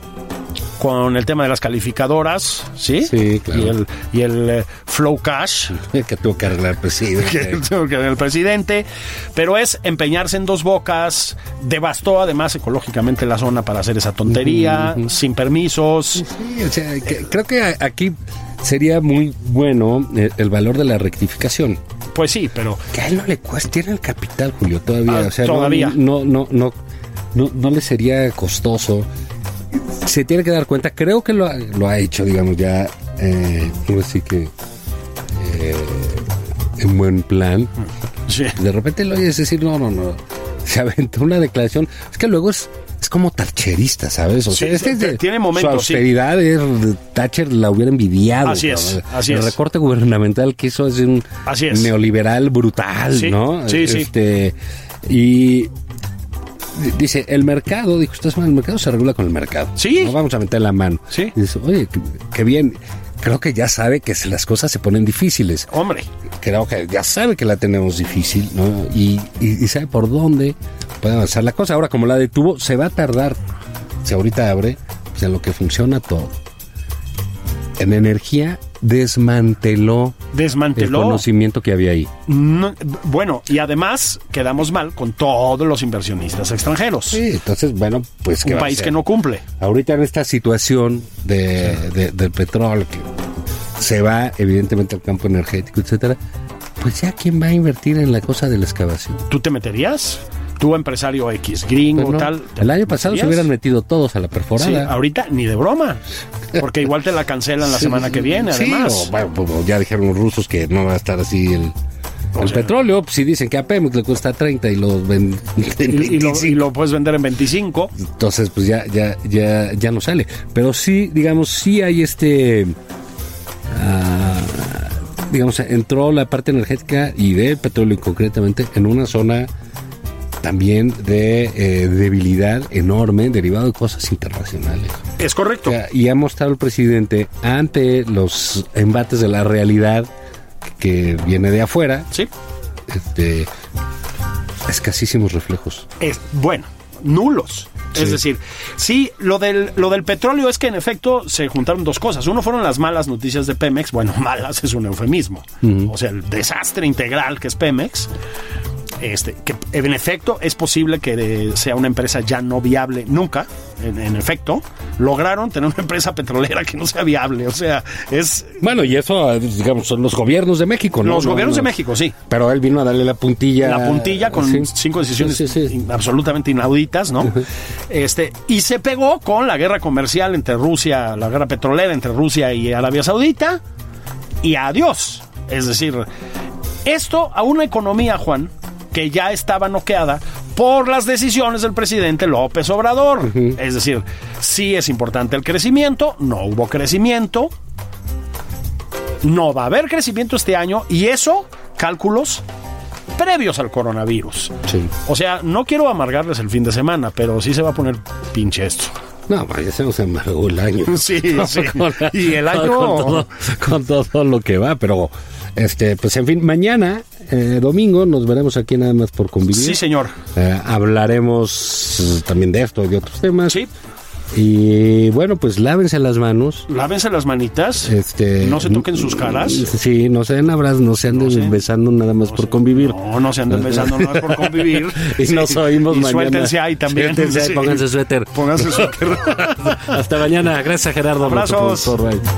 con el tema de las calificadoras, ¿sí? Sí, claro. Y el, y el eh, flow cash que tuvo que arreglar, pues sí. que, que el presidente, pero es empeñarse en dos bocas, devastó además ecológicamente la zona para hacer esa tontería, sin permisos. Sí, o sea, que- creo que a- aquí sería muy bueno eh, el valor de la rectificación. Pues sí, pero Que a él no le cuesta, tiene el capital, Julio, todavía. Ah, o sea, no- todavía. No, no, no, no, no le sería costoso. Se tiene que dar cuenta, creo que lo ha, lo ha hecho, digamos, ya, eh, ahora sí que eh, en buen plan. sí, De repente lo oyes decir, no, no, no. Se aventó una declaración. Es que luego es, es como tacherista, ¿sabes? O Sí, sea, este es que es de- tiene momentos, Su austeridad es- Thatcher la hubiera envidiado. Así es, cabrón. así El es. recorte gubernamental que hizo es un Así es. neoliberal brutal, Sí, ¿no? sí, sí. Este, Y. Dice, el mercado, dijo, ustedes el mercado se regula con el mercado. Sí. No vamos a meter la mano. Sí. Y dice, oye, qué- qué bien. Creo que ya sabe que se- las cosas se ponen difíciles hombre, creo que ya sabe que la tenemos difícil, ¿no? Y, y- y sabe por dónde puede avanzar la cosa. Ahora, como la detuvo, se va a tardar. Si ahorita abre, pues en lo que funciona todo. En energía desmanteló el desmanteló. conocimiento que había ahí. No, bueno, y además quedamos mal con todos los inversionistas extranjeros. Sí, entonces, bueno, pues que un país que no cumple. Ahorita en esta situación de, de- del petróleo que se va evidentemente al campo energético, etcétera, pues ya quién va a invertir en la cosa de la excavación. ¿Tú te meterías? Tú, empresario X, gringo, Pues no. tal. ¿te el año pasado se meterías? hubieran metido todos a la perforada. Sí, ahorita ni de broma. Porque igual te la cancelan la Sí, semana que viene, sí, además. o, bueno, pues, ya dijeron los rusos que no va a estar así el, el petróleo. Pues, si dicen que a Pemex le cuesta 30 y los ven. y, y lo, y lo puedes vender en 25. Entonces, pues ya, ya, ya, ya no sale. Pero sí, digamos, sí hay este. ah, digamos, entró la parte energética y del petróleo concretamente en una zona también de eh, debilidad enorme derivado de cosas internacionales. Es correcto. Ya, Y ha mostrado el presidente ante los embates de la realidad que viene de afuera, Sí. este, escasísimos reflejos. es bueno, nulos. Es Sí. decir, sí, lo del, lo del petróleo es que en efecto se juntaron dos cosas. Uno fueron las malas noticias de Pemex. Bueno, malas es un eufemismo. O sea, el desastre integral que es Pemex. Este, que en efecto es posible que eh, sea una empresa ya no viable nunca. En, en efecto, lograron tener una empresa petrolera que no sea viable. O sea, es Bueno, y eso, digamos, son los gobiernos de México, ¿no? los No, gobiernos no. de México, sí. Pero él vino a darle la puntilla. la puntilla con Sí. cinco decisiones Sí, sí, sí. in- absolutamente inauditas, ¿no? Este, y se pegó con la guerra comercial entre Rusia, la guerra petrolera entre Rusia y Arabia Saudita, y adiós. Es decir, esto a una economía, Juan, que ya estaba noqueada por las decisiones del presidente López Obrador. Es decir, sí es importante el crecimiento, no hubo crecimiento, no va a haber crecimiento este año y eso, cálculos previos al coronavirus. Sí. O sea, no quiero amargarles el fin de semana, pero sí se va a poner pinche esto. No, man, ya se nos amargó el año. Sí, sí. Con la- Y el año- Con todo, con todo lo que va, pero. Este, pues en fin, mañana, eh, domingo, nos veremos aquí nada más por convivir. Sí, señor. Eh, hablaremos eh, también de esto y de otros temas. Sí, Y bueno, pues lávense las manos. lávense las manitas. Este, no se toquen sus caras. Sí, no se den abrazos, no se anden se- besando nada más por convivir. No, no se anden besando, no es por convivir. Y Sí. nos oímos y mañana. Suéltense ahí también. Suéltense ahí, Sí. pónganse suéter. Pónganse suéter. Hasta mañana. Gracias, Gerardo. nuestro Abrazos. productor. Bye.